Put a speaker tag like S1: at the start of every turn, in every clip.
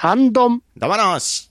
S1: 単丼。
S2: どうもなーし。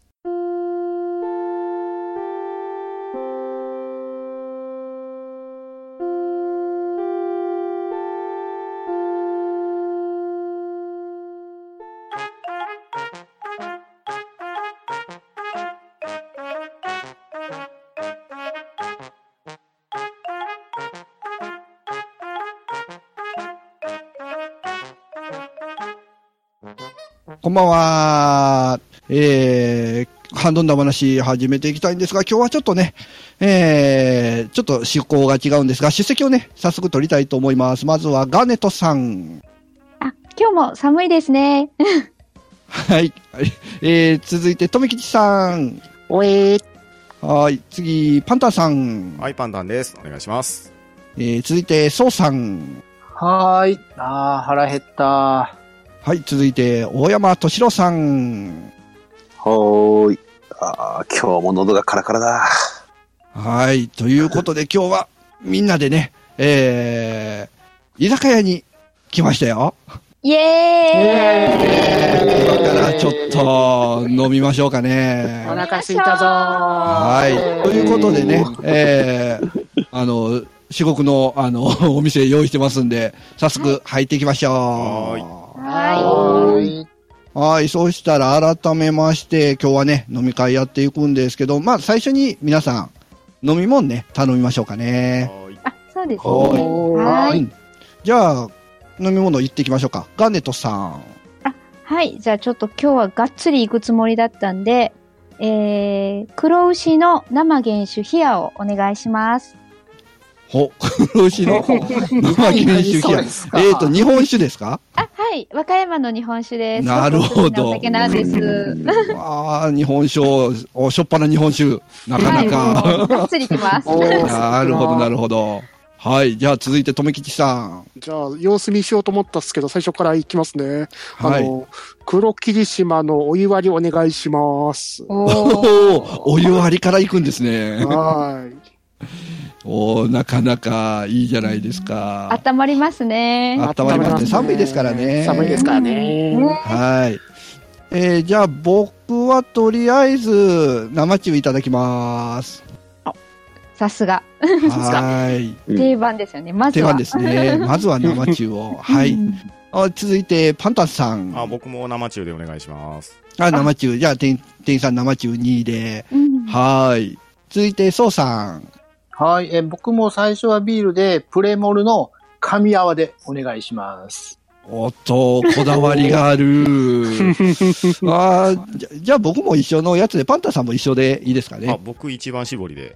S3: こんばんは。えー、ハンドンダ話始めていきたいんですが、今日はちょっとね、えー、ちょっと趣向が違うんですが、出席をね、早速取りたいと思います。まずはガネトさん。
S4: あ、今日も寒いですね。
S3: はい。えー、続いて、とめきちさん。
S1: おえー、
S3: はい。次、パンタンさん。
S2: はい、パンダンです。お願いします。
S3: えー、続いて、ソウさん。
S5: はーい。あー、腹減った。
S3: はい。続いて、大山敏郎さん。
S6: はーい。あー今日も喉がカラカラだ。
S3: はい。ということで、今日は、みんなでね、えー、居酒屋に来ましたよ。
S4: イエーイ
S3: 今からちょっと飲みましょうかね。
S4: お腹すいたぞ
S3: はい。ということでね、えー、あの、四国の、あの、お店用意してますんで、早速入っていきましょう。
S4: は
S3: はい。そうしたら改めまして、今日はね、飲み会やっていくんですけど、まあ、最初に皆さん、飲み物ね、頼みましょうかね。
S2: はーい
S4: い。あ、そうですね。
S3: は
S4: は
S3: う
S4: い。
S3: んじゃあ、飲み物行ってきましょうか。ガネットさん。
S4: はい。じゃあちょっと今日はがっつり行くつもりだったんで、えー、黒牛の生原酒ヒアをお願いします。
S3: ほ、黒牛 の生原酒
S5: そう
S3: や
S5: ですか
S3: えっ、ー、と、日本酒ですか
S4: あ、はい。和歌山の日本酒です。
S3: なるほど
S4: ごくおすすめのお酒なんです。
S3: ああ、日本酒を、おしょっぱな日本酒。なか
S4: は。
S3: ないか。
S4: もうがっつり行きます。
S3: なるほど、なるほど。はい。じゃあ、続いて、とめきちさん。
S1: じゃあ、様子見しようと思ったっすけど、最初からいきますね。
S3: は
S1: あ
S3: い。
S1: の、黒霧島のお湯割りお願いします。
S4: お
S3: お
S4: ー
S3: ーお湯割りから行くんですね。
S1: はーい。
S3: おーなかなかいいじゃないですか。
S4: 温まりますね。
S3: 温まりますね。寒いですからね。
S5: 寒いですからね。
S3: はい。えー、じゃあ、僕はとりあえず、生中いただき ます。
S4: さすが。
S3: はい。
S6: うん
S4: 定番ですよね。まず
S3: 手
S4: は。
S3: 番ですね。まずは生中 を。はい。あ続いて、パンタンさん。
S2: あ、僕も生中でお願いします。
S3: あ、生中。じゃあ、店店員さん生中2で。
S4: うん。
S3: はーい。続いて、そうさん。
S5: はい。え、僕も最初はビールで、プレモルの神泡でお願いします。
S3: おっと、こだわりがある。あーじゃじゃあ僕も一緒のやつで、パンタさんも一緒でいいですか
S2: あ、
S3: ね。
S2: 僕一番絞りで。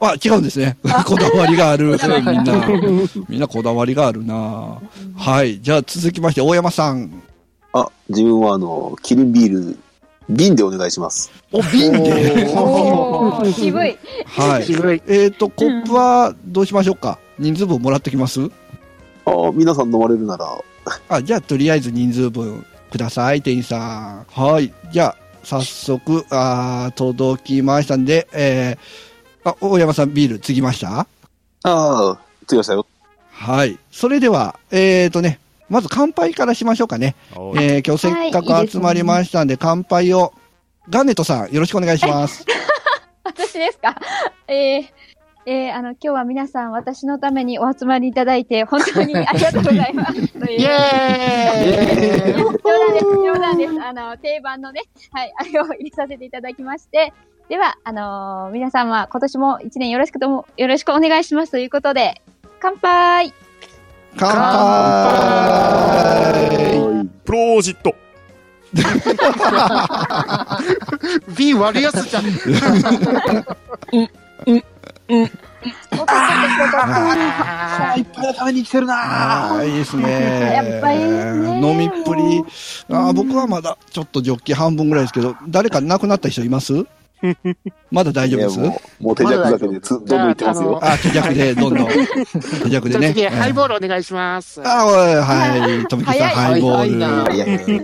S3: あ、違うんですね。こだわりがあ る。みんな、 みんなこだわりがあるな。はい。じゃあ続きまして、大山さん。
S6: あ、自分はあの、キリンビール、瓶でお願いします。
S3: お、瓶 で。
S4: おー、渋い。
S3: はい。
S1: 渋い。
S3: えっ、と、コップはどうしましょうか人数分もらってきます
S6: あー皆さん飲まれるなら、
S3: あ、じゃあ、とりあえず人数分ください、店員さん。はい。じゃあ、早速、あー届きましたんで、えー、あ、大山さん、ビール継ぎました
S6: ああ、つきましたよ。
S3: はい。それでは、えーとね、まず乾杯からしましょうかね。
S2: はーい。
S3: えー、今日せっか
S4: はいいい
S3: く
S4: で
S3: 集
S4: すね
S3: まりましたんで、乾杯を。ガネットさん、よろしくお願いします。
S4: 私ですか えーえーあの、今日は皆さん、私のためにお集まりいただいて、本 当にありがとうございます。という
S1: イエーイ
S4: 冗談です、冗談です。あの、定番のね、はい、あれを入れさせていただきまして、では、あのー皆様、今年も一年よろしくとも、よろしくお願いしますということで、乾杯
S3: 乾杯
S6: は
S2: プロージット。
S1: 瓶割るやつじゃん。
S3: あ
S5: 一杯のために生きてるな
S3: あー、いいですね。
S4: やっぱいいですね
S3: 飲みっぷり。あー僕はまだちょっとジョッキ半分ぐらいですけど、誰か亡くなった人いますまだ大
S6: い。い
S3: 丈
S6: や、
S3: 夫です
S6: もう、もう手弱だけでつ、どんどんいってますよ。
S1: あ
S3: あ、手弱で、どんどん。手弱で
S1: じゃあ
S3: ね。
S1: 次、ハイボ
S3: ール。
S1: ールお願いします。
S3: あーはい。とびきさん、
S4: 早
S3: ハイボ
S5: 早い
S3: ー
S5: な
S3: ル。
S6: いやいやいや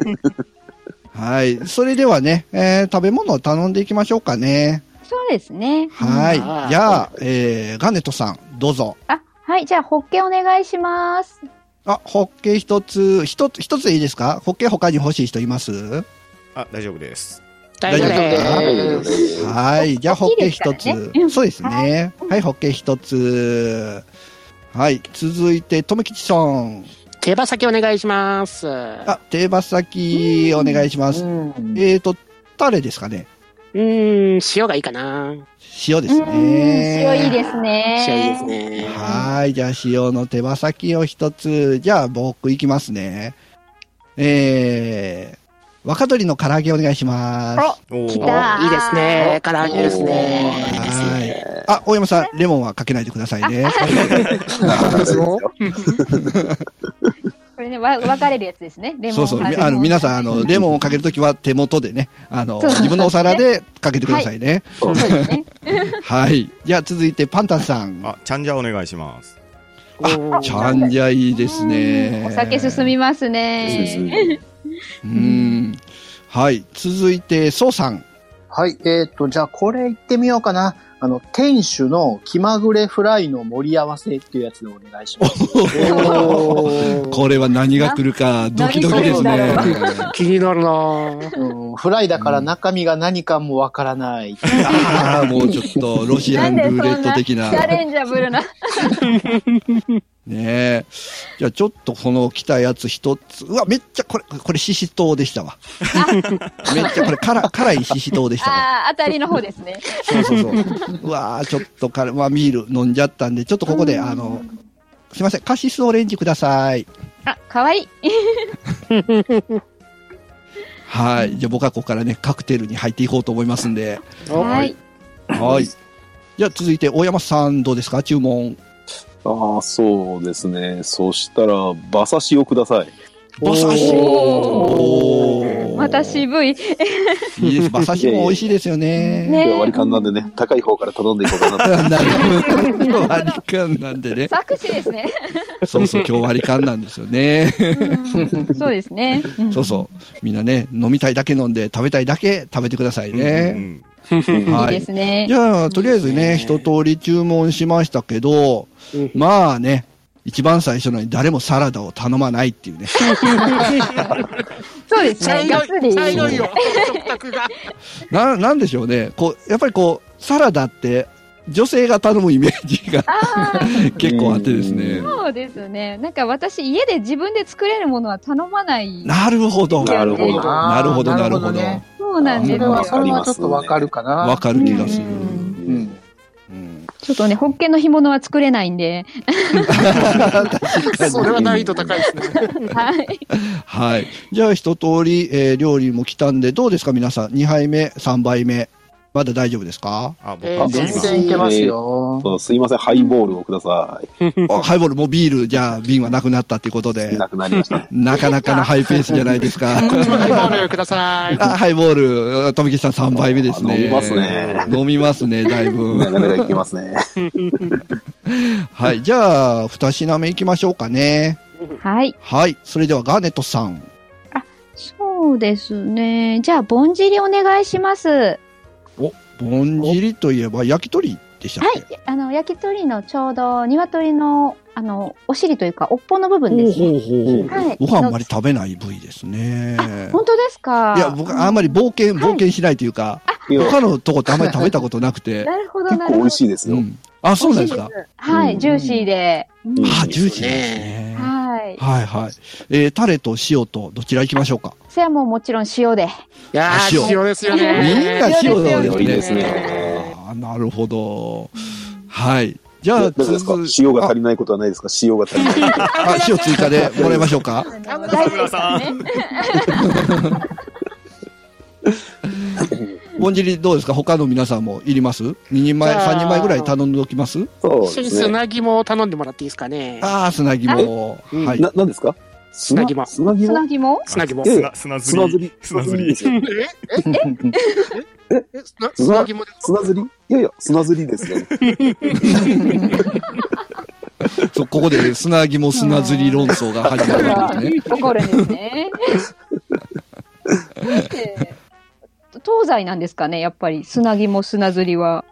S3: はい。それではね、えー食べ物を頼んでいきましょうかね。
S4: そうですね。
S3: はい。
S1: あー
S3: じゃあ、えーガネットさん、どうぞ。
S4: あ、はい、じゃあ、ホッケお願いします。
S3: あ、ホッケ一つ、一つ、一つでいいですかホッケ他に欲しい人います
S2: あ、大丈夫です。
S3: 大丈夫です
S6: はい大丈夫です
S3: はい。じゃあ、ホ
S4: 大
S3: ッ
S4: きい
S3: ケー
S4: ですか
S3: 一
S4: らね
S3: つ
S4: うん。
S3: そうですね。はい、ホッケー一つ。はい。続いて、とめきちさん。
S1: 手羽先お願いします。
S3: あ、手羽先、お願いします。
S5: うん
S3: えーと、タレですかね。
S1: うーん、塩がいいかな。
S3: 塩ですね。
S4: うん塩いいですね。
S1: 塩いいですね。
S3: はい。じゃあ、塩の手羽先を一つ。じゃあ、僕いきますね。えー、若鶏の唐揚げお願いします。
S2: お
S4: 来
S1: お
S4: た
S1: いいですね。唐揚げですね。
S3: はい。あ、大山さん、レモンはかけないでくださいね。
S4: これね、わ分かれるやつですね。レモン
S3: そうそう。みあの、皆さん、あの、レモンをかけるときは手元でね、あの、
S4: そうそう
S3: 自分のお皿でかけてくださいね。
S4: んそうですね。
S3: はい。じゃあ、続いて、パンタンさん。あ、
S2: あ、ちゃんじゃお願いします。
S3: ちゃんじゃいいです
S4: う
S3: ね
S4: ん。お酒進みますね。
S3: うん。はい。続いて、そうさん。
S5: はい、えっ、と、じゃあこれいってみようかな。あの、店主の気まぐれフライの盛り合わせっていうやつでお願いします。
S3: これは何が来るか、ドキドキですね。
S4: 何
S1: 気になるな
S5: うんフライだから中身が何かもわからない。
S3: ああ、もうちょっと、ロシアンルーレット的な。
S4: チャ
S3: ね
S4: レンジャブルな。
S3: え。じゃあ、ちょっとこの来たやつ一つ。うわ、めっちゃ、これ、これ、シシトウでしたわ。めっちゃ、これ、辛、辛いシシトウでしたわ。
S4: ああ、当たりの方ですね。
S3: そうそうそう。うわー、ちょっとかまあ、ビール飲んじゃったんで、ちょっとここで、あの、すいません、カシスオレンジください。
S4: あ、かわいい。
S3: はい。じゃあ僕はここからね、カクテルに入っていこうと思いますんで。
S1: お
S4: はい。
S3: はい。じゃあ続いて、大山さんどうですか注文。
S6: ああ、そうですね。そしたら、馬刺しをください。
S3: 馬刺し
S4: お
S3: おー
S4: また渋い。
S3: いいです。馬刺しも美味しいですよね。
S4: ねえ
S6: 今日は割り勘なんでね、高い方から頼んでいこ うかなと。
S3: なるほど。割り勘なんでね。
S4: 作詞ですね。
S3: そうそう、今日割り勘なんですよね。
S4: うんそうですね。ん
S3: そうそう。みんなね、飲みたいだけ飲んで、食べたいだけ食べてください
S2: うんう
S3: ね。
S2: ん
S3: はい
S4: いですね
S3: じ。ゃあ、とりあえずね、
S1: うん
S3: 一通り注文しましたけど、
S1: うん
S3: まあね、一番最初のに誰もサラダを頼まないっていうね。
S4: そうです
S1: 茶
S4: ね。
S1: 色
S4: ガッツ
S1: い、
S4: リ。
S1: 茶色いよ、食卓が。
S3: な、なんでしょうね。こう、やっぱりこう、サラダって、女性が頼むイメージが
S4: ああ、
S3: 結構あってですね。
S4: そうですね。なんか私、家で自分で作れるものは頼まない。
S3: なるほど。
S6: なるほど
S3: なるほど、
S5: あー
S3: なるほ
S5: なるほど
S3: ど。
S5: ね
S4: そうなん
S5: そ
S4: です
S5: れ
S4: よ
S5: は、。それはちょっとわかるかな。
S3: わかる気がする。
S4: うん
S5: うん。
S3: うん
S4: ちょっとね、ホッケの干物は作れないんで。
S1: それは難易度高いですね。
S4: はい。
S3: はい。じゃあ、一通り、えー料理も来たんで、どうですか、皆さん。2杯目、3杯目。まだ大丈夫ですか
S2: あ、僕
S1: え
S2: は
S1: ー
S5: 全
S2: 今
S5: 然いけますよ。
S6: そうすいません、ハイボールをくださ
S3: あハイボール、もうビール、じゃあ、瓶はなくなったっていうこと
S6: い。
S3: で。
S6: なくなりました。
S3: なかなかのハイペースじゃないです か。
S1: ハイボールください。
S3: あハイボール、富木さん3杯目ですね。
S6: 飲みますね。
S3: 飲みますね、だいぶ。
S6: なかなかいけますね。
S3: はい、じゃあ、二品目行きましょうかね。
S4: はい。
S3: はい、それではガーネットさん。
S4: そうですね。じゃあ、ぼんじりお願いします。
S3: ぼんじりといえば焼き鳥でしたっ
S4: は
S3: け
S4: い。あの、焼き鳥のちょうど、鶏の、あの、お尻というか、おっぽの部分ですね。
S3: うほうほう
S4: はい。
S3: 僕はあんまり
S4: り。
S3: 食べない部位ですね。
S4: 本当ですか
S3: いや、僕あんまり冒険、冒険しないというか、
S6: いや
S3: 他のとこってあんまり食べたことなくて。
S4: なるほど、
S6: 結
S4: なる
S6: 構
S4: ほど。
S6: 美味しいです
S3: う
S6: よ。
S3: ん。あ、そうなんですか。
S4: は
S6: う
S4: い。
S6: ん
S4: ジューシーで。うん
S6: うん
S3: あ、ジューシーですね。
S4: はい。
S3: はいはい。えー、タレと塩とどちら行きましょうか。
S4: それはもうもちろん塩で。
S1: いやー、塩です よ
S3: みん
S1: ね。
S3: な塩
S4: そ
S3: だ
S4: う
S3: よ
S6: いいで
S3: ね。
S6: すね。
S3: あーなるほど。はい。じゃ
S6: ど
S3: あ、
S6: うですか
S3: 続
S6: 塩が足りないことはないですか塩が足りないこと。
S3: あ、塩追加でもらいましょう か。
S4: あの
S1: 田村
S4: 大
S1: さ
S4: 好
S1: ん
S4: きですね。
S3: ぼんじりどうですか他の皆さんもいります二人前、
S1: じゃあ
S3: 三人前ぐらい頼んでおきます
S6: そうで
S1: 砂
S6: すね。
S1: 砂肝を頼んでもらっていいですかね。
S3: ああ、砂肝。
S1: うん
S3: はい。
S6: な、何ですか
S1: 砂肝
S6: 砂
S4: つ
S6: 肝
S4: なぎも
S1: 砂肝。
S6: え
S2: 砂、砂ず
S6: 砂
S2: り。
S6: ずり。
S2: 砂ずり
S6: ですよ。
S1: え、砂砂肝で
S6: 砂ずりいやいや、砂ずりですよ。
S3: そうここで砂肝砂ずり論争が始まるわ けですね。
S4: 怒るんですね。 だって東西なんですかね、やっぱり砂肝砂ずりは。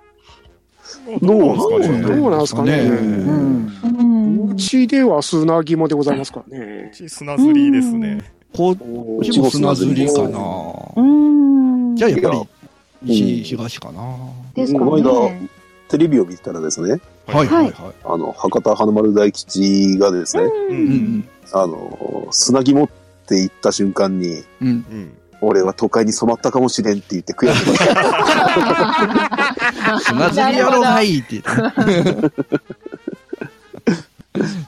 S2: どうですか
S1: ど
S2: ね。
S1: うなんですか
S5: う
S1: ね。
S5: ん。
S4: うん
S1: うちでは砂肝でございますからね。
S2: うち砂ずりですね。
S3: こ
S6: う
S3: っちも砂ずりかな。
S4: うーん。
S3: じゃあやっぱ
S6: いや
S3: り西、
S6: うん
S3: 東かな。
S4: ですか
S6: この
S4: ね。
S6: テレビを見てたらですね、
S3: はいはいはい。
S6: あの、博多華丸大吉がですね、
S4: う。
S2: うん
S3: うん
S2: ん
S3: ん
S6: あの、砂肝って行った瞬間に、
S3: うん。う
S2: う
S3: ん。
S2: ん
S6: 俺は都会に染まったかもしれんって言って悔しくな った。
S3: 砂ずりやろはいって言って。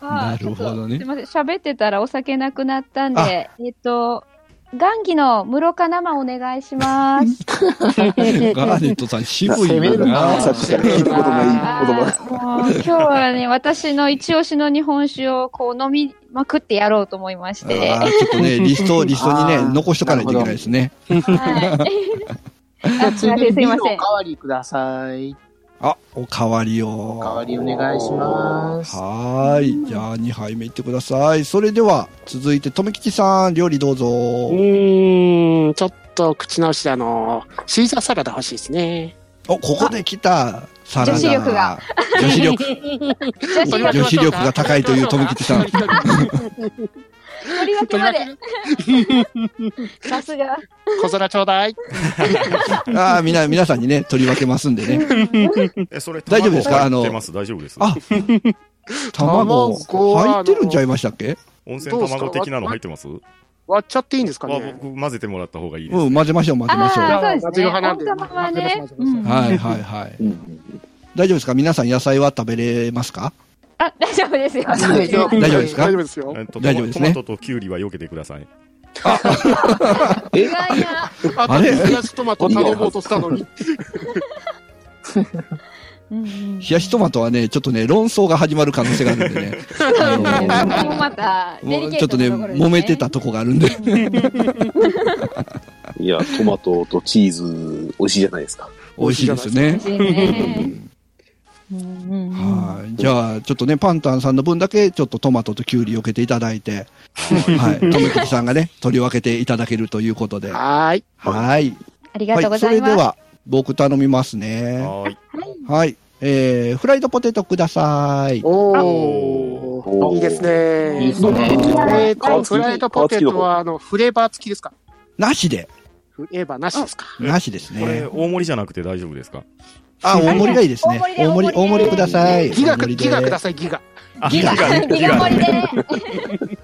S4: あー
S3: なるほどね
S4: ちょっとすみません。喋ってたらお酒なくなったんで、えっと、元気の室岡生お願いします。
S3: ガーネットさん渋い
S5: 攻める な
S6: さっきから聞いたことない言葉。
S4: あーもう今日はね、私の一押しの日本酒をこう飲みまくってやろうと思いまして。
S3: ああ、ちょっとね、リスト、リストに
S5: あ
S3: ね、
S5: ー
S3: 残しとかないといけないですね。
S4: はい。
S5: じゃあ、ついでに
S4: す
S5: ビ
S4: い
S5: ー
S4: ま
S5: ル
S4: せ
S5: お
S4: ん。
S5: 代わりください。
S3: あ、おかわりを。
S5: お代わりお願いします。
S3: はーい。じゃあ、2杯目いってください。それでは、続いて、とめきちさん、料理どう
S1: う
S3: ぞ。
S1: ーん、ちょっと口直しであの、シーザーサラダ欲しいですね。
S3: お、ここで来た、サラダ。
S4: 女子力が。
S3: 女子力。
S4: 女子力
S3: 女子力が高いというとめきちさん。
S4: 取り分けまで。さすが。
S1: 小皿ちょうだい。
S3: あ あ、みな、皆さんにね、取り分けますんでね。
S2: え、それ、
S3: 大丈夫ですか
S2: 卵入ってます大丈夫です。
S3: あ卵、
S1: 卵は
S3: 入ってるんちゃいましたっけ
S2: 温泉卵的なの入ってます
S1: 割っちゃっていいんですか
S2: あ
S1: ね。
S2: 僕、混ぜてもらった方がいいです。
S3: うん、混ぜましょう、混ぜましょう。
S4: ああ、
S1: あ
S4: そう
S1: ー
S4: ですね。
S1: 夏の花なんで
S4: 温玉はね
S1: 混ぜます混ぜ。ま
S3: はい、はい、はい。
S6: うん
S3: 大丈夫ですか皆さん野菜は食べれますか
S4: あ、大丈夫ですよ。
S5: 大丈夫
S3: 大丈夫ですか
S1: 大丈夫ですよ。
S2: えっと
S3: 大丈夫ですね
S2: トマトとキュウリは避けてください。
S4: 意外な。
S1: あ
S3: れ
S1: と、冷やしトマト頼もうとしたのに。
S4: うん
S3: 冷やしトマトはね、ちょっとね、論争が始まる可能性があるんでね。あの
S4: ここもまた、 デ
S3: も
S4: リ
S3: う
S4: ケ
S3: ちょ
S4: ー
S3: っと
S4: ト
S3: ね、
S4: なところですね
S3: 揉めてたとこがあるんで。
S6: いや、トマトとチーズ、美味しいじゃないですか。
S3: 美味しいです ね。はい。じゃあ、ちょっとね、パンタンさんの分だけ、ちょっとトマトとキュウリ避けていただい て、はい。とめきちさんがね、取り分けていただけるということで。は
S1: はーい。
S3: い。
S4: ありが
S3: は
S4: とうご
S3: い。そ
S4: ざい
S3: れ
S4: ます。
S3: では、僕頼みますね。
S2: はーい。
S3: はい。えー、フライドポテトください。
S1: お
S6: お
S1: ー。いいですね。
S5: いいですね
S1: えっと、フライドポテトは、あの、フレーバー付きですか
S3: なしで。
S1: フレーバーなしですか
S3: なしです
S2: これ、
S3: ね。
S2: 大盛りじゃなくて大丈夫ですか
S3: あ、大盛りがいいですね。
S4: 大盛りで
S3: 大盛り、大盛りください。
S1: ギガ、
S3: 大盛りで
S1: ギガください、ギガ。
S3: ギガ
S4: ギガ盛りで。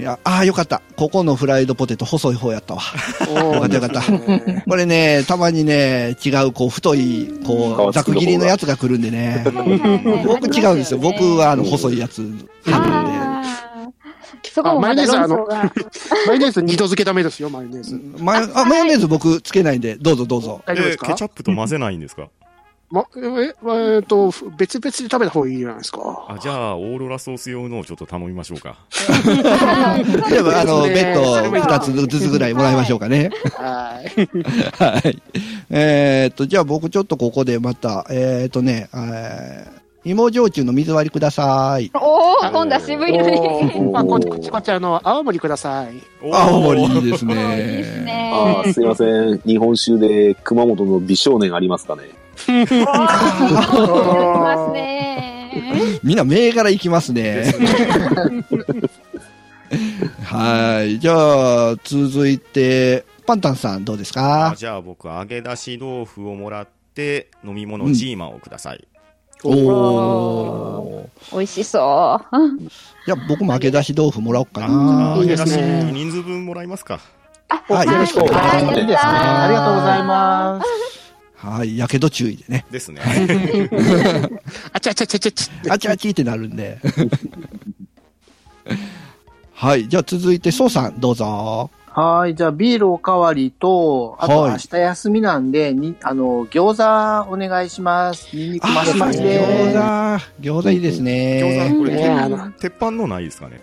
S3: いや、ああ、よかった。ここのフライドポテト細い方やったわ。
S1: お
S3: かったよかったこれね、たまにね、違う、こう、太い、こう、ざく切りのやつが来るんでね。僕違うんですよ。僕は、あの、細いやつ。なん
S4: あー。そこもまだ論争が。
S1: マヨネーズ二度漬けダメですよ、マヨネーズ。
S3: で。マヨ、あ、マヨネーズ僕つけないんで、どうぞどうぞ。
S1: 大丈夫で
S2: え、
S1: す
S2: ケ
S1: か
S2: チャップと混ぜないんですか
S1: ま、え、ええっと、別々で食べた方がいいじゃないですか。
S2: あ、じゃあ、オーロラソース用のをちょっと頼みましょうか。
S3: でも、あの、
S1: そうです
S3: ベッ
S1: ね
S3: ド2つずつぐらいもらいましょうかね。
S1: はい。
S3: はい。えーっと、じゃあ僕ちょっとここでまた、えーっとね、えー芋焼酎の水割りください。
S4: おお、今度は渋いのに。
S1: おまあ、こっち、こっち、あの、青森ください。
S3: 青森いいです
S4: いい
S3: ね。
S4: です
S6: あ
S4: ね。
S6: あ、すいません。日本酒で熊本の美少年ありますかね。
S4: いただきますね。
S3: みんな銘柄いきますね。はい。じゃあ、続いて、パンタンさんどうです
S2: あ
S3: か
S2: じゃあ僕、揚げ出し豆腐をもらって、飲み物ジーマをください。
S3: おおー。
S4: 美味しそう。
S3: じゃあ、僕も揚げ出し豆腐もらおうか
S2: あじ
S3: な
S2: ゃあ、揚
S1: いい
S2: げ
S1: で
S2: 出
S1: す
S2: し
S1: ね
S2: 豆腐人数分もらいますか。。
S3: はい。よろしくお願いします
S5: いいですね。ありがとうございます。
S3: はい。やけど注意でね。
S2: ですね。
S1: あちゃちゃちゃちゃち
S3: あちあちってなるん で。はい。じゃあ、続いて、そうさん、どうぞ。
S5: はい、じゃあビールおかわりと、あと
S3: はい
S5: 明日休みなんで、に、あの、餃子お願いします。ニンニクマシマシで
S3: あ餃子。餃子いいです
S2: 餃
S3: ね。
S2: 子、こ
S1: ねあ
S2: れ
S1: の、
S2: 鉄板のないですかね。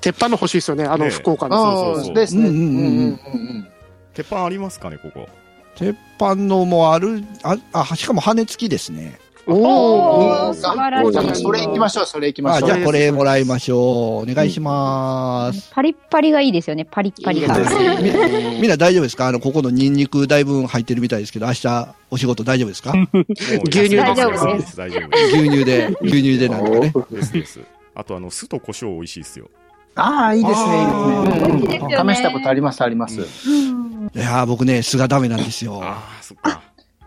S1: 鉄板の欲しいですよね、あの、
S2: ねえ
S1: 福岡の。
S2: そうそう
S5: う、
S2: そうん
S5: ですね。
S3: う
S5: うんん
S3: う
S5: うんん
S3: う
S5: うんんうん。
S2: 鉄板ありますかね、ここ。
S3: 鉄板のもある、あ、あ、しかも羽根付きですね。
S4: お
S1: お
S4: ー、
S1: ー
S4: 素晴らし
S5: じゃあ
S4: い。
S5: それ行きましょう、それ行きま
S3: あ
S5: しょ
S3: じ
S5: う
S3: ゃあ。これもらいましょう。お願いします。
S4: パリッパリがいいですよね、パリッパ
S1: い
S4: リ
S1: い
S4: が。
S1: ですね。
S3: みんな大丈夫ですかあの、ここのニンニクだいぶ入ってるみたいですけど、明日お仕事大丈夫 ですか
S2: もう
S1: 牛乳
S2: 大丈
S4: です
S2: 夫です。大丈夫で
S3: 牛乳で、牛乳でなんとかね。
S2: す。ですです。あと、あの、酢と胡椒美味しいですよ。
S5: ああ、いいですね、い
S3: あ
S4: ー
S5: いです
S4: いいです
S5: ね
S4: よ
S5: うん。
S4: ね
S5: 試したことあります、あります。
S4: うん。
S3: いやー、僕ね、酢がダメなんですよ。
S2: ああ、そっか。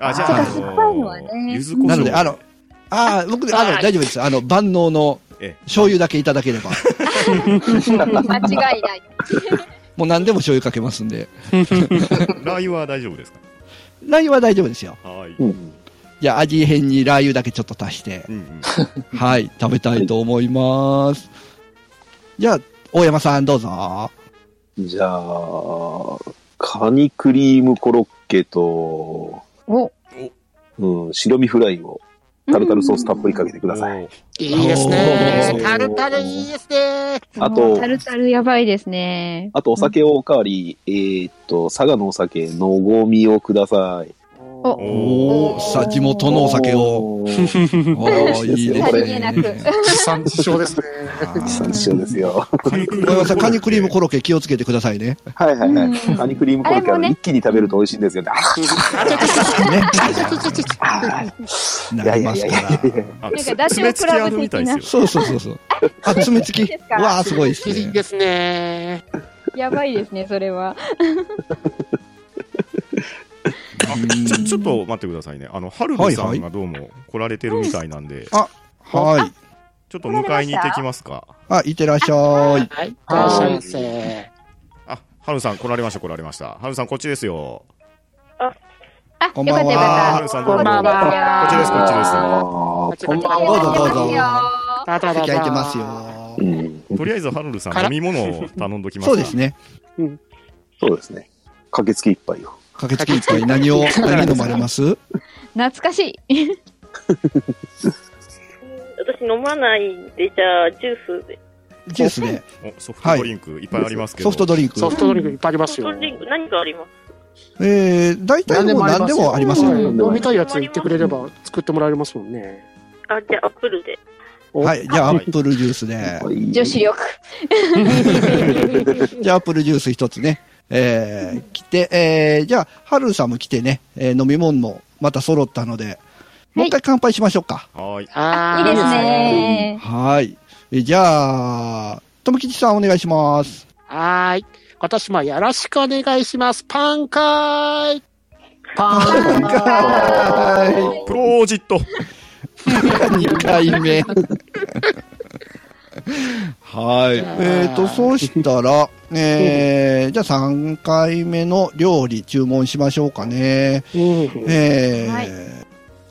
S2: あ、じゃあ、
S5: あ
S2: あ
S5: そ
S4: っか酸っぱいのはね
S2: ゆずこしょう。
S3: なので、あの、ああ、僕ね、あの、大丈夫です。あの、万能の
S2: ええ
S3: 醤油だけいただけれ ば。
S4: 間違いない。
S3: もう何でも醤油かけますんで。
S2: ラー油は大丈夫ですか
S3: ラー油は大丈夫ですよ。
S2: はい。
S6: う
S2: うん
S6: ん。
S3: じゃあ、味変にラー油だけちょっと足して、
S2: うん。
S3: はい、食べたいと思います。じゃあ、大山さんどうぞ。
S6: じゃあ、カニクリームコロッケと、
S4: お、
S6: うん、白身フライをタルタルソースたっぷりかけてください。
S2: おー
S1: いいですね
S6: お。ー
S1: タルタルいいですね。
S6: あと
S4: タルタルやばいですね。
S6: あとお酒をおかわり、えーっと、佐賀のお酒、のごみをください。
S4: お
S3: お
S2: お
S3: ー、
S2: ー
S3: さ、地元のお酒を。
S6: おー。
S3: おー、いいで
S6: さ
S3: す
S6: り
S4: げ
S3: ね
S4: なく。
S1: 地産地消ですね。
S6: 地産地消ですよ。
S2: カニクリ
S3: 大山さん、カニクリーム
S2: ロ
S3: コロッケ気をつけてください ね。
S6: はいはいはい。
S4: うん
S6: カニクリームコロッケは
S4: あれもね
S6: 一気に食べると美味しいんですよね。
S3: ね。
S6: あーい
S3: な
S6: や
S3: り
S6: いや
S3: ま
S6: い
S3: す
S6: やい
S3: か
S6: や
S3: ら。
S2: ッ
S4: なんかダチョウ倶楽部的な
S2: みたいですよ。
S3: そうそうそうそう。あ、爪付き。
S4: ですか
S3: わあ、すごいです
S1: いい
S3: ね。
S1: ですね。
S4: やばいですね、それは。
S2: あちょ、ちょっと待ってくださいね。あの、春野さんがどうも来られてるみたいなんで、
S3: はい。
S2: ちょっと迎えに行ってきますか。
S3: あ、いってらっしゃい。
S1: はい。いらっしゃいませ。
S2: あ、春野さん来られました、来られました。春野さん、こっちですよ。
S4: あ、よか
S3: こ
S4: っ
S3: ん
S4: た
S3: ばん
S4: よ
S3: は
S4: か
S2: 春
S4: っ
S2: 野さん、どう
S1: こんば
S2: も
S1: んは。
S2: こっちです、こ
S1: こっちこん
S2: っちです。
S6: あー
S1: ば
S4: た。
S1: んは。
S3: どうぞどうぞ
S1: どうぞ
S3: いてます。よ
S6: う。ん。
S2: とりあえず、ハルルさん、
S1: から
S2: 飲み物を頼んどきます
S3: そうです
S2: ね。
S3: ね。
S6: そうですね。駆けつけ一杯を。
S3: 駆けつけいっぱい何を、何飲まれます
S4: 懐かしい。
S7: 私飲まないんで、じゃあ、ジュースで。
S3: ジュースで。
S2: おソフトドリンクいっぱいありますけど。
S3: ソフトドリンク。
S1: ソフトドリンクいっぱいあります
S7: ソ
S1: よ
S7: フ。トドリンク、何があります
S3: えー、大体もう何でもあります
S1: は
S3: よ。
S1: い
S6: うん
S1: 飲みたいやつ言ってくれれば作ってもらえますもんね。
S7: あ、じゃあ、アップルで。
S1: うん
S3: はい。じゃあ、アップルジュースで。
S4: 女子力。
S3: じゃあ、アップルジュース一つね。えー、来て、えー、じゃあ、ハルさんも来てね、えー飲み物もまた揃ったので、もう一回乾杯しましょうか。
S2: はい。
S1: あ
S4: いい
S1: ー
S4: です。ね。
S3: はい。えじゃあ、ともきちさんお願いします。
S1: はーい。今年もよろしくお願いします。パン会
S5: パーン
S3: は
S2: プロジット。
S3: い。二回目。はい。えっ、と、そうしたら、えー、じゃあ三回目の料理注文しましょうかね。
S1: うん。
S3: えー
S4: はい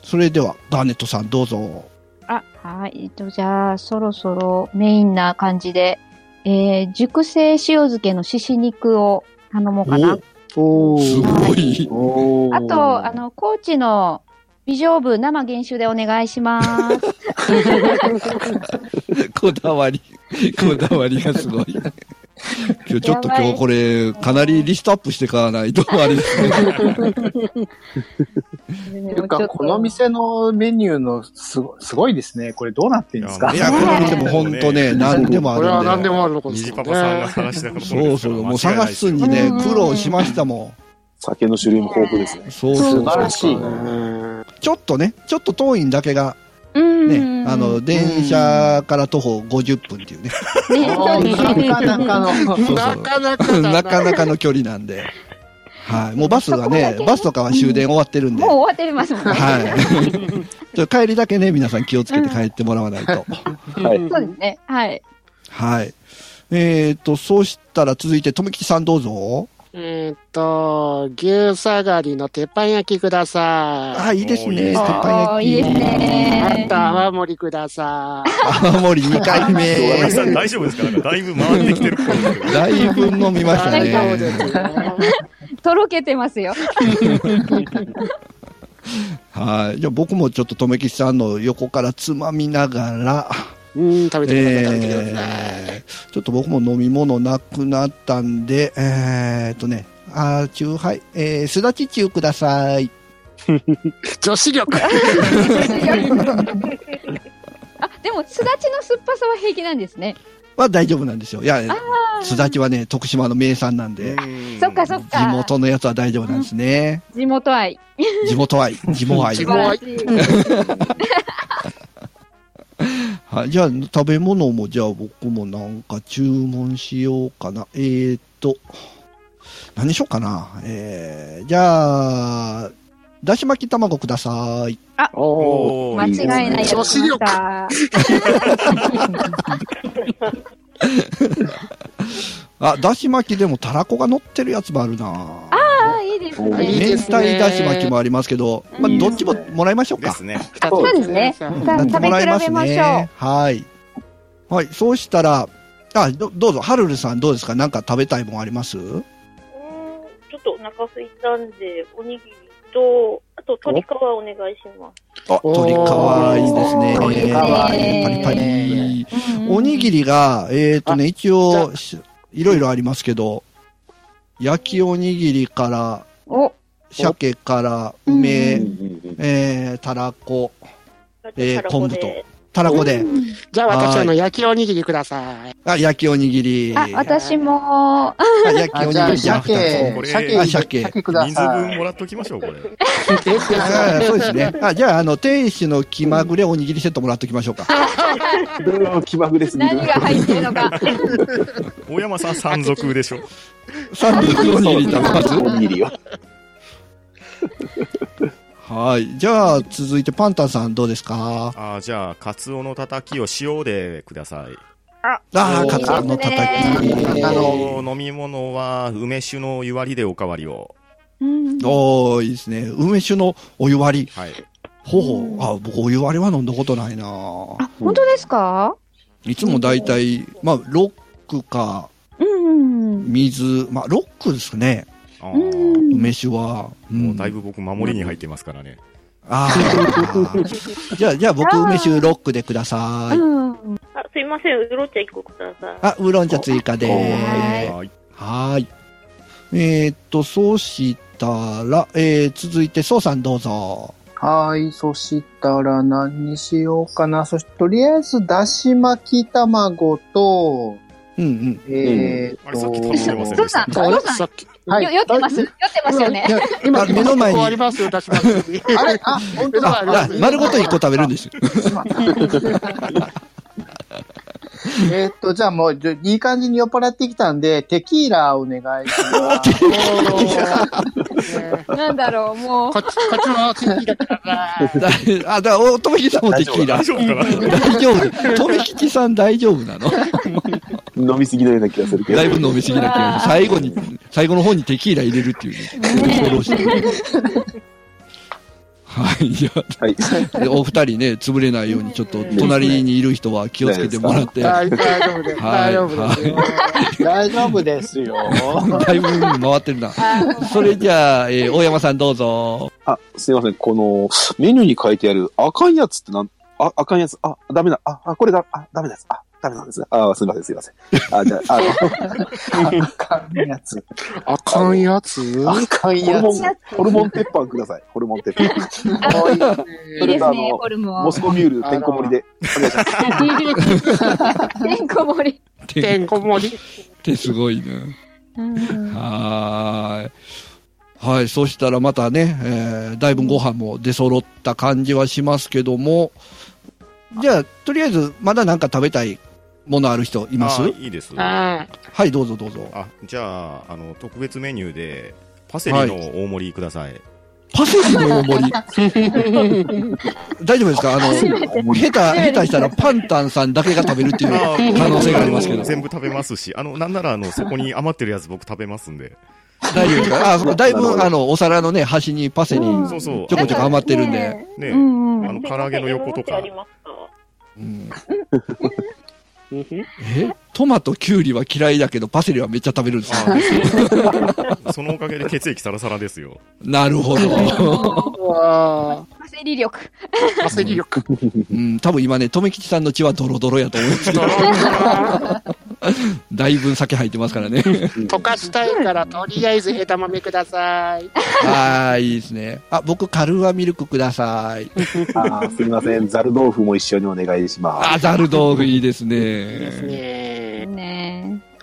S3: それでは、ガーネットさんどうぞ。
S4: あ、はい。えっと、じゃあ、そろそろメインな感じで、えー、熟成塩漬けのしし肉を頼もうかな。
S1: お
S3: す
S1: ー。
S3: ごい。
S5: おー
S4: あと、あ、の、高知の美女部生原酒でお願いします。
S3: こだわり、こだわりがす ごい。今日ちょっと今日これ、かなりリストアップしていかないとあれですね。
S5: ていうか、この店のメニューのすごすごいですね。これどうなってんですか
S3: いや、この店も本当ね、何でもあ
S1: これは
S3: るん
S1: 何
S3: で
S1: で。もあるのことです
S2: 虹
S1: か
S2: パパさんが
S1: らね。
S2: 探したところですから
S3: そうそう、もう探すに
S4: 間違
S3: ね
S4: いないです、よ
S3: 苦労しましたも
S6: 酒の種類も豊富ですね。
S3: ん。そうそう
S5: 素晴らしい。
S1: うん
S3: ちょっとね、ちょっと遠いんだけが、
S4: うん。
S3: ね、あの、、電車から徒歩50分っていうね、
S4: ね、
S5: お
S4: そうで
S5: ー
S4: すね
S5: なかなかの。
S3: そう
S1: なかなかだ
S3: なかなかの距離なんで。はい。もうバスがね
S4: そこだけ、ね
S3: バスとかは終電終わってるんで。
S4: もう終わってますもんね。
S3: はい。ちょ帰りだけね、皆さん気をつけて帰ってもらわないと。
S6: はい
S1: うん
S4: そうですね。はい。
S3: はい。えーと、そうしたら続いて、とめきちさんどうぞ。
S1: えーっと、牛下がりの鉄板焼きくださ
S3: あ、いいです
S2: おーいい
S3: ね。
S2: で
S3: 鉄
S2: すね
S3: 板
S4: おー
S3: 焼き。
S4: いいです
S1: い。あ
S4: ね。
S1: と、泡盛りください。
S3: 青森2回
S2: 山木さ ん
S3: 目。
S2: 大丈夫ですかなんかだいぶ回ってきてるっぽいですけど。
S3: だいぶ飲みました
S1: はいそうで
S3: ね。
S1: すね。
S4: とろけてますよ。
S3: はい。じゃあ僕もちょっととめきちさんの横からつまみながら、
S1: うん、食べてください、食べてください。
S3: えー、ちょっと僕も飲み物なくなったんで、えーっとね、あー、チューハイ、えー、すだちチューください。
S1: 女子力。
S4: あ、でも、すだちの酸っぱさは平気なんですね。
S3: は大丈夫なんですよ。いや、すだちはね、徳島の名産なんで、
S2: うん
S4: そっかそっ
S3: 地
S4: か。
S3: 元のやつは大丈夫なんですね。
S4: 地元愛。
S3: 地元愛、地元愛
S1: 地
S4: 素
S1: 元
S4: 晴
S1: 愛
S4: らしい。
S3: はい、じゃあ、食べ物も、じゃあ僕もなんか注文しようかな。えーっと、何しようかな。えー、じゃあ、だし巻き卵ください。
S1: おお。
S2: お
S4: 間
S2: ー
S4: 違いないやつました。
S3: あ、だし巻きでもたらこが乗ってるやつもあるな
S4: ああ、いいです
S6: あいい
S1: で
S3: 明
S4: ね。
S1: す
S3: 太だし巻きもありますけど、ま
S6: い
S3: あ、
S6: いで
S3: ど
S6: すね
S3: っちももらいましょう
S2: で
S3: か。
S2: すね。
S4: そうですね
S1: は
S4: さあ
S3: なんでもらいす
S4: 食べ比べましょ
S3: はい。はい、そうしたら、あ、どどうぞ、はるるさんどうですかなんか食べたいもんあります
S7: ちょっとお腹空いたんで、おにぎりと、あと鶏皮お願いします。
S3: あ、鶏皮いいですね。
S5: 鶏皮
S3: パリパリ。おにぎ
S4: り。
S3: りが、えっ、とね、一応
S1: じ、
S3: しいろいろありますけど、焼きおにぎりから、
S4: お、
S3: 鮭から、
S4: うん
S3: 梅、
S6: うん
S3: えー、たらこ、えー
S7: たらこで
S3: 昆布たらこで、
S1: じゃあ私、あの、焼きおにぎりください。
S3: あ、焼きおにぎり、
S4: あ、私も、
S3: あ焼きお
S5: あ
S3: に
S5: じゃ
S3: ぎ
S5: あ、
S3: りじゃん、
S2: 鮭
S3: 二
S5: 鮭、
S2: これ
S3: あ
S5: 鮭、
S3: 鮭
S5: 鮭くだ
S2: 人数
S5: さ
S2: 分
S5: い。
S2: もらっときましょう、これ。
S1: です
S3: つ。あそうですね。あ、じゃあ、あの、店主の気まぐれおにぎりセットもらっときましょうか。
S6: うわ気まぐれすぎる
S4: 何が入ってるのか。
S2: 大山さん、山賊でしょ。
S3: 三分おにぎり食べます
S6: おにぎりを
S3: はい。じゃあ、続いてパンタンさんどうですか
S2: あーじゃあ、カツオのたたきを塩でください。
S3: ああ、カツオのたたき。
S5: あ
S2: あの飲み物は梅酒の湯割りでおかわりを。
S4: うん
S3: おー、いいですね。梅酒のお湯割り。
S2: はい。
S3: ほうほう。あ、僕お湯割りは飲んだことないな
S4: あ、本当ですか
S3: いつもだいたい、まあ、ロックか、
S4: うん。
S3: 水、まあ、ロックですね。
S2: あ
S4: う
S2: ー
S4: ん。
S3: 梅酒は。うん
S2: もうだいぶ僕守りに入ってますからね。
S3: あーじゃあ、じゃあ僕梅酒ロックでください。
S4: うん
S7: あ、すいません、ウーロン茶一個ください。
S3: あ、ウーロン茶追加で
S4: はい
S3: ーす。はーい。えーっと、そうしたら、えー、続いて、そうさんどうぞ。
S5: はい。そしたら何にしようかな。そして、とりあえず、だし巻き卵と、
S3: うんうん。
S5: えー
S2: あ
S5: と、
S2: れさっき頼んでません
S4: どう
S2: でし
S4: さ
S2: た
S4: ん、。
S1: あ
S4: ど
S1: れ
S4: うさ
S1: さ
S4: ん
S1: っき、
S5: はい
S4: よ酔ってます酔ってますよね。
S3: あ、目の前
S1: ここあり
S3: に、
S1: ますよ、私のおにぎり
S5: あれあ、本当
S1: あ
S5: だ。
S3: あ丸ごと1個食べるんですよ。
S5: えーっと、じゃあもう、じゃいい感じに酔っ払ってきたんで、テキーラお願いします。
S1: ね
S4: なんだろう、もう
S1: こ。っち、こっちもテキーラください。
S3: だあ、だ、お、とめきさんもテキーラ
S2: 大。丈夫かな
S3: 大丈夫。とめきちさん大丈夫なの
S6: 飲みすぎのような気がするけど
S3: だいぶ飲みすぎな気がする最後に、最後の方にテキーラ入れるっていうね。恐ろしい。 はい、いや、
S6: はい
S3: でお二人ね、潰れないように、ちょっと隣にいる人は気をつけてもらって。だ
S1: 大丈夫です。
S3: はい
S1: 大丈夫ですよ。
S5: 大丈夫です よ。
S3: いぶ回ってるな。それじゃあ、えー大山さんどうぞ。
S6: あすいませんこのメニューに書いてある赤いやつってなんあ赤いやつあダメだああこれだあダメだあダメなんですあすいませんすいませんあじゃああ
S5: 赤いやつ。
S1: あかんやつ
S5: あかん
S6: ホル
S5: や
S6: モン
S5: つ。
S6: ホルモン鉄板くださいホルモン鉄板
S4: いいですね、ホルモ
S6: モ
S4: ン
S6: ス。コミュールてんこ盛りでお願いします
S4: てんこ盛り。
S3: って、
S1: てんこ盛り。
S3: ってすごいね。はーい。はい。そしたらまたね、えー、だいぶご飯も出揃った感じはしますけども、じゃあ、とりあえず、まだなんか食べたいものある人います
S2: あーいいです。あ、
S1: あー
S3: はい、どうぞどうぞ。
S2: じゃあ、あの、特別メニューで、パセリの大盛りください。
S3: パセリの大盛り。大丈夫ですかあの、下手、下手したらパンタンさんだけが食べるっていう。
S2: あー
S3: 可能性がありますけど
S2: 全部食べますし、あの、なんなら、あ の、そこに余ってるやつ僕食べますんで。
S3: 大丈夫ですかあそうだい
S6: なるほ
S3: ぶ、
S6: ど
S3: あの、お皿のね、端にパセリ。
S4: うん
S2: そうそう。
S3: ちょこちょこ余ってるんで。
S2: ね
S4: う、ん
S2: あの唐揚げの横とか
S7: すいませんウーロン茶ありますか
S3: うん
S1: うん
S3: えトマト、キュウリは嫌いだけど、パセリはめっちゃ食べるんです
S2: あ
S3: か
S2: ーですそのおかげで血液サラサラですよ。
S3: なるほど。
S1: うわ
S4: パセリ力。
S1: ー焦り力。
S3: うん、多分今ね、留吉さんの血はドロドロやと思いますけど、だいぶ酒入ってますからね。
S1: 溶かしたいから、とりあえず枝豆ください。
S3: ああ、いいですね。あ、僕、カルーアミルクください。
S6: あすいませんざる豆腐も一緒にお願いします
S3: あ、ザル豆腐いいです
S1: いいです
S3: ね。
S1: ね。
S4: ねえ。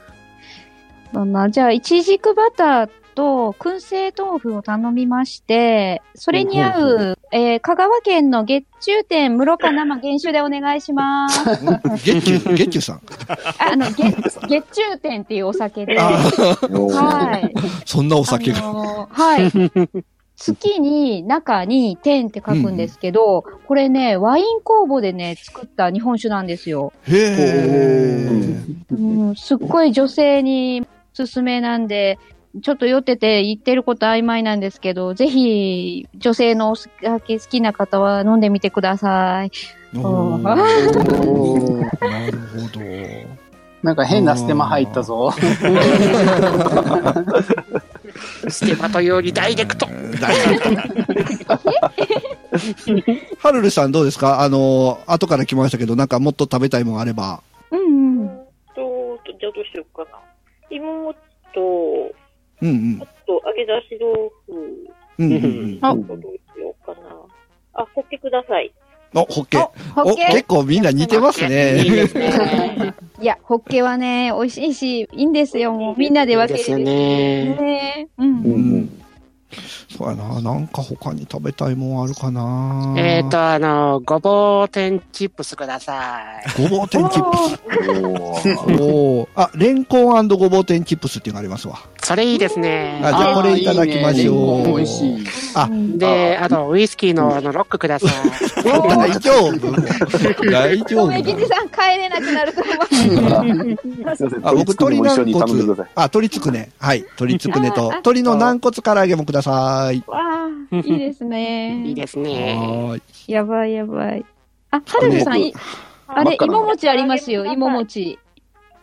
S4: そうな、じゃあ、いちじくバターと、燻製豆腐を頼みまして、それに合う、えー、香川県の月中店、室賀生原酒でお願いします。 あ
S3: 月中、月中さん。
S4: あの、月、月中店っていうお酒で、
S3: あー
S4: はい。
S3: そんなお酒
S4: あ
S3: が。
S4: のーはい。 月に中に天って書くんですけど、これね、ワイン工房でね、作った日本酒なんですよ。
S3: へー
S4: うん、すっごい女性におすすめなんで、ちょっと酔ってて言ってること曖昧なんですけど、ぜひ女性のお酒好きな方は飲んでみてください。
S3: おー
S4: あ
S3: な
S5: おー
S3: るほど。
S5: なんか変なステマ入ったぞ。
S1: ステマというよりダイレクト。
S3: はるるさんどうですかあの、後から来ましたけど、なんかもっと食べたいもんあれば。
S4: うんうん。
S7: と、じゃあどうしようかな。芋餅と、
S3: うん
S7: あと揚げ出し豆腐。
S3: うん。うんうん
S7: あ、どうしようかな。あ、ホッケください。
S3: うん。お、ホッケ。
S4: ホ
S3: お、
S4: ッケ
S3: 結構みんな似てます
S1: いいで
S3: ね。
S1: すね。
S4: いや、ホッケはね、美味しいし、いいんですよ。もうみんなで
S1: いい
S4: 分
S1: で
S4: け
S1: す
S4: るね。
S1: ね。
S4: ねうん。
S3: うん。そうやな。なんか他に食べたいもんあるかな。
S1: えっ、ー、。と、あの、ごぼう天チップスください。
S3: ごぼう天チップス。
S6: お
S3: おーあ、レンコンごぼう天チップスっていうのがありますわ。
S1: それいいですね。
S3: あじゃあこれいただきましょう
S5: あーいいねレンコン美味しい。
S1: で、あと、ウイスキーのあのロックください。
S3: 大丈夫大丈
S4: ご
S3: 夫
S4: めん、吉さん帰れなくなると思います。
S6: すいません。
S3: あ、僕、鶏
S6: 鳥も一緒
S3: 軟
S6: に食べてくだ
S3: 骨
S6: さい。。
S3: あ、鶏つくね。はい。鶏つくねと、
S4: ああ
S3: 鶏の軟骨唐揚げもください。
S4: わあ、いいです
S1: いい
S4: ね。
S1: ですね。
S3: はーい。
S4: やばいやばい。あ、はるみさん、いあれ、芋餅ありますよ、芋餅。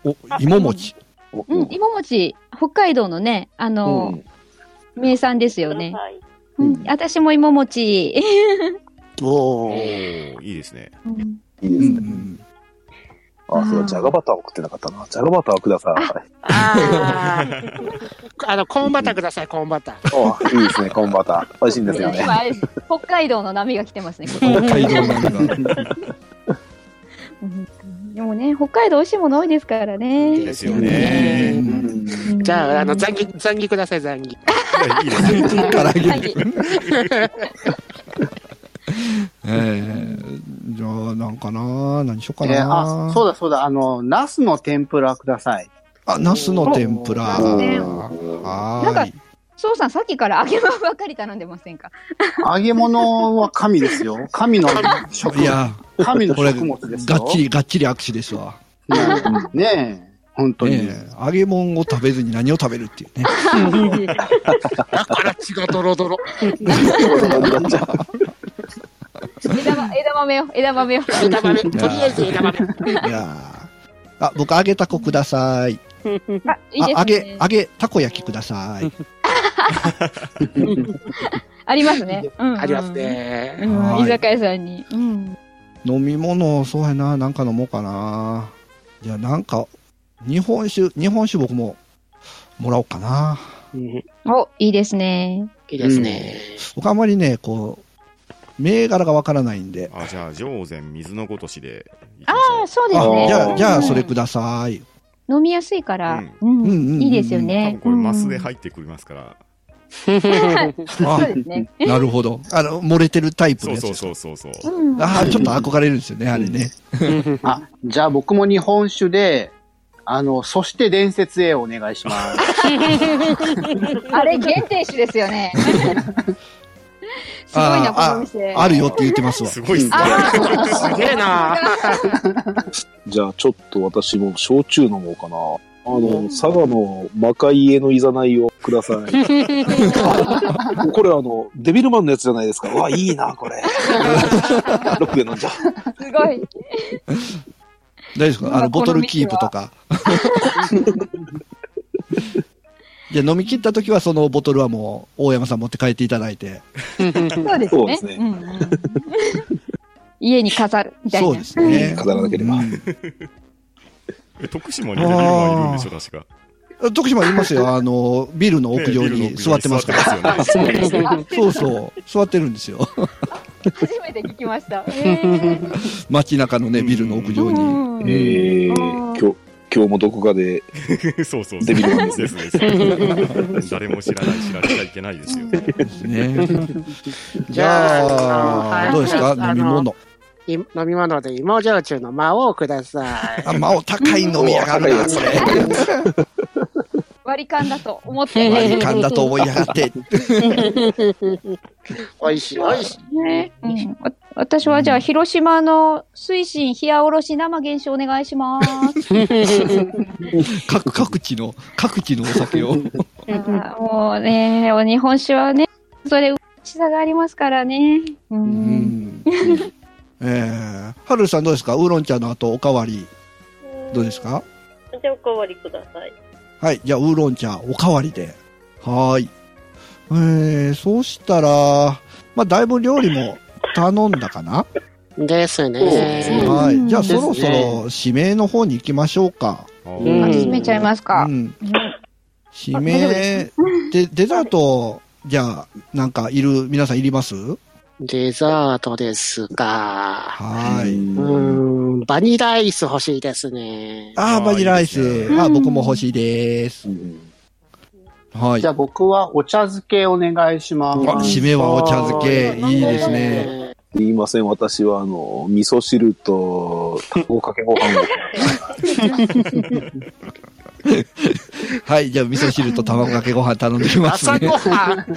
S3: お、芋餅。
S4: うん、芋餅、北海道のね、あの、名産ですよね。うん、私も芋餅。
S2: お
S1: おー。
S2: ーいいですね。
S4: うん
S6: いいうです
S3: んう
S6: ね。
S3: ん。
S6: あ、そう、じゃがバター送ってなかったな。じゃがバターください。
S1: ああ。あの、コーンバターください、コーンバター。
S6: あいいですね、コンバター。美味しいんですよね。
S4: 今、あれです北海道の波が来てますね。
S3: 北海道なんだ。
S4: うんでもね、北海道美味しいもの多いですからね。
S2: ですよね。
S4: うん
S1: じゃあ、あの、残儀、残儀ください、残儀。
S2: いやいいですね。
S3: 唐揚げ。
S4: はい
S3: えー、じゃあ、なんかな何しようか
S5: えーあ
S3: な、
S5: そうだそうだ、あの、ナスの天ぷらください。
S3: あ、ナスの天ぷら。
S4: おーなん
S3: は
S4: か
S3: ーい。
S4: そうさん、さっきから揚げ物ばっかり頼んでませんか
S5: 揚げ物は神ですよ。神の食
S3: い、や、
S5: 神の
S3: これ、
S5: 食物です
S3: が
S5: よ。
S3: っちり、がっちり握手ですわ。
S5: うんねえ、本当に。
S3: ねえ揚げ物を食べずに何を食べるっていうね。
S1: だから血がドロドロ。
S4: 枝ま枝豆を、枝豆を。
S1: 枝豆、とりあえず枝豆。
S3: いやーあ、僕、揚げたこください。
S4: あ、いい
S3: あ、揚
S4: で
S3: げ
S4: すね、。
S3: 揚げ、たこ焼きくださ い。
S4: ありますね。うん
S1: あります。
S4: う
S1: ね。
S4: ん
S3: はい
S4: 居酒屋さんに。うん。
S3: 飲み物、そうやな、なんか飲もうかな。じゃあ、なんか、日本酒、日本酒僕も、もらおうかな。
S1: うん
S4: お、いいですね。
S1: いいですね。
S3: 僕あんまりね、こう、銘柄がわからないんで。
S2: あ、じゃあ、上善水のごとしで行きましょ
S4: ああ、
S2: う。
S4: そうです
S3: あ
S4: ね。
S3: じゃあ、じゃ
S4: う
S3: あ、
S4: ん
S3: それください。
S4: 飲みやすいから、う
S3: うんうんうん
S4: んいいですよ
S2: 多
S4: ね
S2: 分。これマスで
S4: うん
S2: 入ってくりますから。
S4: そ
S3: あ
S4: う、ですね。
S3: なるほど。あの、漏れてるタイプ
S2: そ
S3: の
S2: う
S3: やつ
S2: そ
S3: で
S2: う
S3: すか。
S2: そうそうそう。
S4: うん
S3: ああ、ちょっと憧れるんですよね、あれね。
S5: あ、じゃあ僕も日本酒で、あの、そして伝説へお願いし ます。
S4: あれ、限定酒ですよね。すごいな、この店。
S3: あるよって言ってますわ。
S2: すごいっすね。
S4: あ
S1: すげえな。
S6: じゃあ、ちょっと私も焼酎飲もうかな。あの、佐賀の魔界へのいざないをください。これあの、デビルマンのやつじゃないですか。わ、いいな、これ。ロックで飲んじゃう。
S4: ーすごい。
S3: 大丈夫ですかあの、ボトルキープとか。 じゃあ飲み切った時はそのボトルはもう大山さん持って帰っていただいて。
S4: そうですね。
S6: そうですね
S4: んうん家に飾るみたいな。
S3: そうですね。
S6: 飾らなければ。
S2: え徳島にデビルマンいるんでしょ、確か。
S3: うん徳島いますよ。あの、ビルの屋上
S2: ね
S3: に座ってますから。
S2: ら。
S1: そうですね。
S3: そうそう。座ってるんですよ。
S4: 初めて 聞きました。へー
S3: 街中のね、ビルの屋上
S4: う
S3: に。
S4: ん
S6: えー、今日、今日もどこかで、
S2: そうそうそう。
S6: デビルマン
S2: ですね。 誰も知らない、知られちゃいけないですよ。
S3: ね。じ
S1: じゃあ
S3: ゃ
S1: あ
S3: あ、
S1: の
S3: どうですか
S1: はい
S3: 飲み物。
S1: い飲み物で芋焼酎の間をください。
S3: あ、まあ、お高い飲みやがるな、それ。
S4: 割り勘だと思っ
S1: う
S4: て。
S1: ん
S3: 割り勘だと思いやがって。
S1: おいしい、おいしい。
S4: ねうんわ私はじゃあ、広島の水深冷やおろし生原酒お願いします。
S3: 各、各地の、各地のお酒を。
S4: あーもうね、お日本酒はね、それ、うちさがありますからね。う
S3: うんん。えー、はるさんどうですかウーロン茶の後、おかわり、どうですか
S7: じゃあおかわりください。
S3: はい、じゃあ、ウーロン茶、おかわりで。はーい。えー、そうしたら、まあ、だいぶ料理も頼んだかな
S1: です
S2: そう
S1: ね。
S3: はい。じゃあ、
S1: です
S3: そ
S1: ね
S3: ろそろ、指名の方に行きましょうか。
S1: うん
S4: あ
S2: あ
S4: 閉めちゃいますか
S3: う。ん。
S4: うん
S3: 指名、で、デザート、じゃあ、なんか、いる、皆さんいります
S1: デザートですか。
S3: はーい。
S1: うーん、バニラアイス欲しいですね。
S3: ああ、バニラアイス。
S2: いいです
S3: あー僕も欲しいです。はい
S5: じゃ。あ僕はお茶漬けお願いしま
S3: あ、
S5: す。
S3: 締めはお茶漬け。いいですね。
S1: ね。
S6: 言いません、私は、あの、味噌汁と、卵かけご飯を。
S3: はい、じゃあ、味噌汁と卵かけご飯頼んでみます
S1: 朝
S3: ね。
S1: ごはん。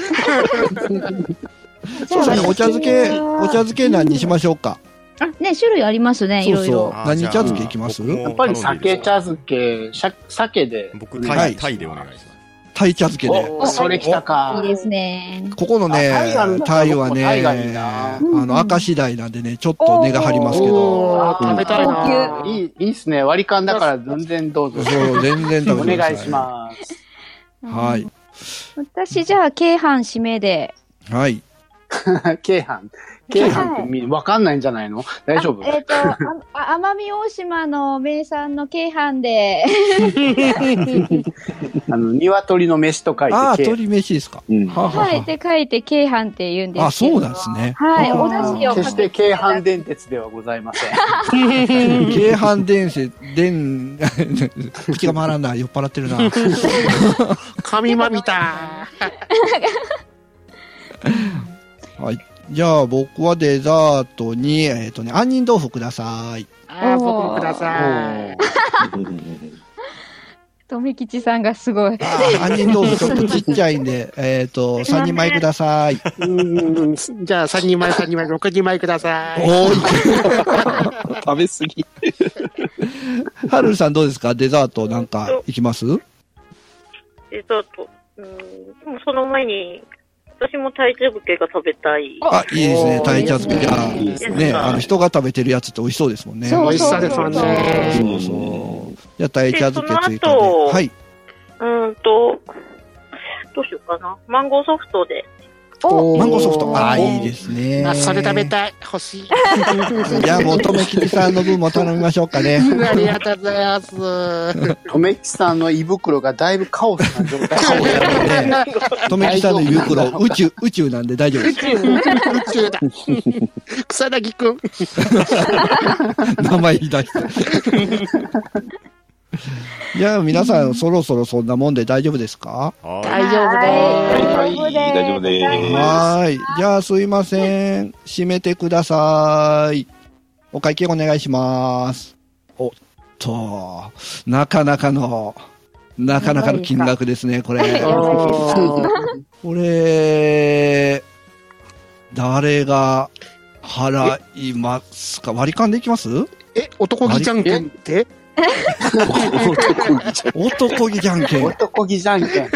S3: そうですね、お茶漬け、お茶漬け何にしましょうか。
S4: あ、ね、種類ありますね、い
S3: そう
S4: ろい
S3: そう
S4: ろ。
S2: あ。ー
S3: 何
S2: じ
S3: 茶
S2: ゃあ
S3: 漬けいきます
S2: 僕も
S5: やっぱり酒茶漬け、しゃ鮭で。
S2: 僕、
S3: は
S2: タ
S3: い
S2: イ、タイでお願いします。
S3: タイ茶漬けで。
S5: お、それ来た
S4: い
S5: か
S4: い。ですね。
S3: ここのね
S5: あタイがあるん、だ
S3: タイはね、
S5: タイがいいな
S3: あの、赤次第なんでね、ちょっと根が張りますけど。
S1: おー、食べたいな。
S5: いい、いいっすね。割り勘だから全然どうぞ。
S3: そう、全然
S5: お
S3: 食べてくださ
S5: 願いします。
S3: は
S4: う
S3: い
S4: ん。。私、じゃあ、京阪指名で。
S3: はい。
S5: 京阪。京阪ってみわかんないんじゃないの大丈夫
S4: あえっ、と、ああ奄美大島の名産の京阪で。
S5: あの、鶏の飯と書いて。
S3: ああ、
S5: 鶏
S3: 鳥飯ですか。
S6: うん。
S3: はあはあ
S4: はい。
S3: は
S4: で、書いて京阪って言うんですけど。
S3: あ。あ、そうなんですね。
S4: はい。お
S3: あー
S4: 出汁を
S5: 決
S4: か
S5: して
S4: け
S5: 京阪電鉄ではございません。
S3: 京阪電線、電、 口が回らんな、酔っ払って るな。
S1: 神まみ た。
S3: じゃあ僕はデザートに、えっ、とね、杏仁豆腐ください。
S1: あー、僕もください。
S4: 富吉さんがすごい。
S3: あー杏仁豆腐ちょっとちっちゃいんで、えっと、3人前ください。
S1: うーんじゃあ、3人前、3人前、6人前ください。
S3: お
S6: 食べ過ぎ。
S3: い。はるさんどうですかデザートなんかいきます
S7: デザート。うん、でもその前に、私も体重計が食べたい。
S3: あ、いいですね。鯛茶漬け。あ
S5: いいです
S3: ーね、あの、人が食べてるやつって美味しそうですもんね。
S4: そう
S1: 美味しそうですもんね。
S3: そうそう。じゃあ鯛茶漬け追加
S7: で
S3: で。
S7: その後
S3: はい。
S7: うーんと、どうしようかな。マンゴーソフトで。
S1: お
S3: マンゴーソフト。あー、いい
S1: で
S3: ですね。
S1: あ、それ食べたい。欲しい。
S3: じゃあもう、ともきりさんの分も頼みましょうかね。
S1: ありがとうございます。
S5: とめきちさんの胃袋がだいぶカオスな状態。
S3: ねとめきさんの胃袋、宇宙、宇宙なんで大丈夫です。
S1: 宇宙だ。 草薙くん。
S3: 名前言い出して。じゃあ皆さんそろそろそんなもんで大丈夫ですか
S2: は
S1: 大丈夫
S4: はい
S1: で
S6: はい大丈夫です
S3: はーい。じゃあすいません。閉めてください。お会計お願いします。おっと、なかなかの、なかなかの金額ですね、こ
S1: す。
S3: れ。
S1: お ー
S3: これ、誰が払いますか割り勘でいきます
S1: え、男気じゃんけんって
S3: 男気じゃんけん。
S5: 男気じゃんけん。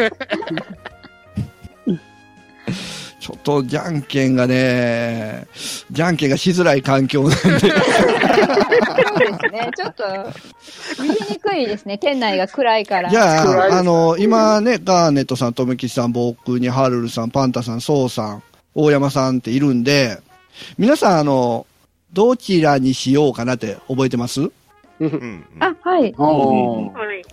S3: ちょっとじゃんけんがね、じゃんけんがしづらい環境なんで、
S4: そうですね。ちょっと、見えにくいですね。県内が暗いから。
S3: じ
S5: 暗い
S3: ゃ
S5: です
S3: あ、あの、今ね、ガーネットさん、とめきちさん、僕に、ハルルさん、パンタさん、ソウさん、大山さんっているんで、皆さん、あの、どちらにしようかなって覚えてます
S2: い。うん。
S4: あ、はい。
S5: おー
S7: はい。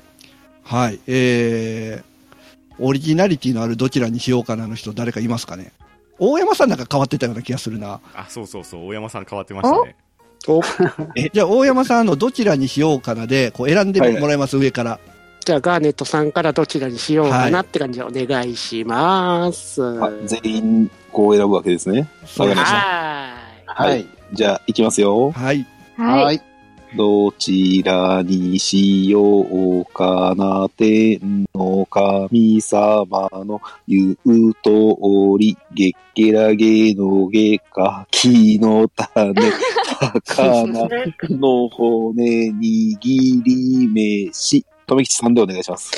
S3: はい。えー、オリジナリティのあるどちらにしようかなの人、誰かいますかね大山さんなんか変わってたような気がするな。
S2: あ、そうそうそう。大山さん変わってましたね。
S1: お
S3: じゃあ、大山さん、あの、どちらにしようかなで、こう、選んでもらいます、上から。
S1: じゃあ、ガーネットさんからどちらにしようかなって感じでお願いします。
S6: あ
S1: は
S6: 全員、こう選ぶわけですね。わかりました。
S1: ー
S6: はい。じゃあ、いきますよ。
S3: はい。
S4: はい。
S5: い。
S6: どちらにしようかな、天の神様の言う通り、ゲッゲラゲのゲカキの種、魚の骨、握り飯。富吉さんでお願いします。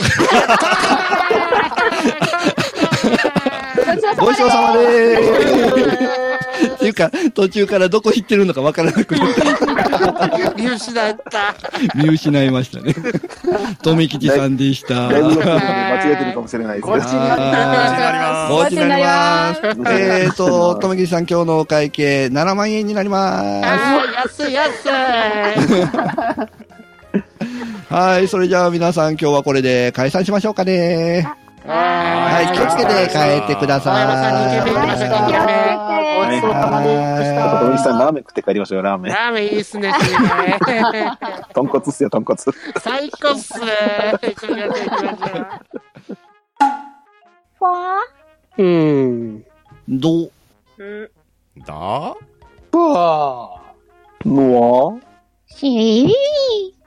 S3: ごちそうさまで
S1: い。
S3: ーす。っていうか、途中からどこ行ってるのかわからなくなっ
S1: 見失った。
S3: た見失いましたね。富吉さんでした。
S6: だいぶの
S3: ご
S6: 部分で間違えてるかもしれないです
S1: ごち
S6: ね
S1: そう。さ
S3: ちになります。えっと、富吉さん、今日のお会計、7万円になりま
S1: ま安い安い。
S3: す。はい、それじゃあ皆さん、今日はこれで解散しましょうかね。は、
S1: はい
S3: 気をつけて帰ってくだ
S1: 大山さんに
S3: さ
S1: 準備できましたか
S3: い。
S1: ごちそうさまで
S6: あと、富吉
S1: し
S6: さん、ラーメン食って帰りましょうよ、ラーメ
S1: た。ラ
S6: ン。
S1: ーメンいいっすね。いいね
S6: 豚骨っすよ、豚骨。
S1: 最高っす ね。一緒にやっていきましょ
S4: ふわ
S1: ううん。
S3: どう
S7: うん。
S2: だ
S5: うわ
S6: のは
S4: ーしー。